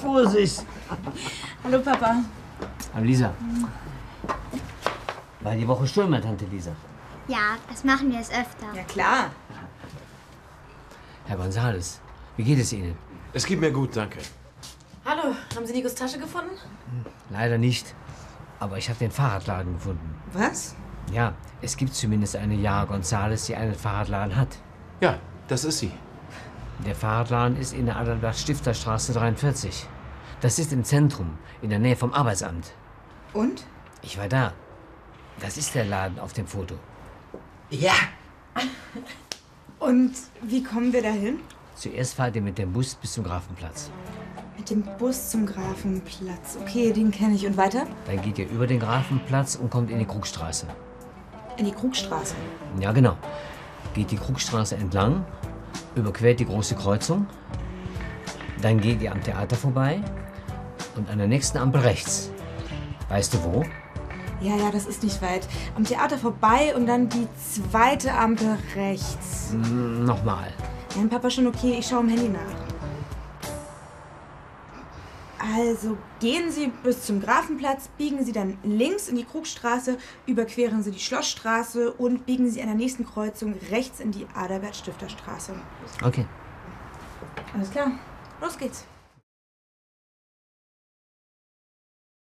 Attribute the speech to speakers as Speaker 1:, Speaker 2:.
Speaker 1: Vorsicht.
Speaker 2: Hallo Papa.
Speaker 1: Hallo Lisa. Hm. War die Woche schön, meine Tante Lisa.
Speaker 3: Ja, das machen wir es öfter.
Speaker 2: Ja klar.
Speaker 1: Herr Gonzales, wie geht es Ihnen?
Speaker 4: Es geht mir gut, danke.
Speaker 5: Hallo, haben Sie Nikos Tasche gefunden?
Speaker 1: Leider nicht. Aber ich habe den Fahrradladen gefunden.
Speaker 2: Was?
Speaker 1: Ja, es gibt zumindest eine Jara Gonzales, die einen Fahrradladen hat.
Speaker 4: Ja, das ist sie.
Speaker 1: Der Fahrradladen ist in der Adalbert Stifterstraße 43. Das ist im Zentrum, in der Nähe vom Arbeitsamt.
Speaker 2: Und?
Speaker 1: Ich war da. Das ist der Laden auf dem Foto.
Speaker 4: Ja.
Speaker 2: Und wie kommen wir dahin?
Speaker 1: Zuerst fahrt ihr mit dem Bus bis zum Grafenplatz.
Speaker 2: Mit dem Bus zum Grafenplatz. Okay, den kenne ich. Und weiter?
Speaker 1: Dann geht ihr über den Grafenplatz und kommt in die Krugstraße.
Speaker 2: In die Krugstraße.
Speaker 1: Ja, genau. Geht die Krugstraße entlang, überquert die große Kreuzung, dann geht ihr am Theater vorbei und an der nächsten Ampel rechts. Weißt du wo?
Speaker 2: Ja, ja, das ist nicht weit. Am Theater vorbei und dann die zweite Ampel rechts.
Speaker 1: Hm, Nochmal.
Speaker 2: Nein, Papa, schon okay. Ich schaue im Handy nach. Also gehen Sie bis zum Grafenplatz, biegen Sie dann links in die Krugstraße, überqueren Sie die Schlossstraße und biegen Sie an der nächsten Kreuzung rechts in die Adalbert-Stifter-Straße.
Speaker 1: Okay.
Speaker 2: Alles klar, los geht's.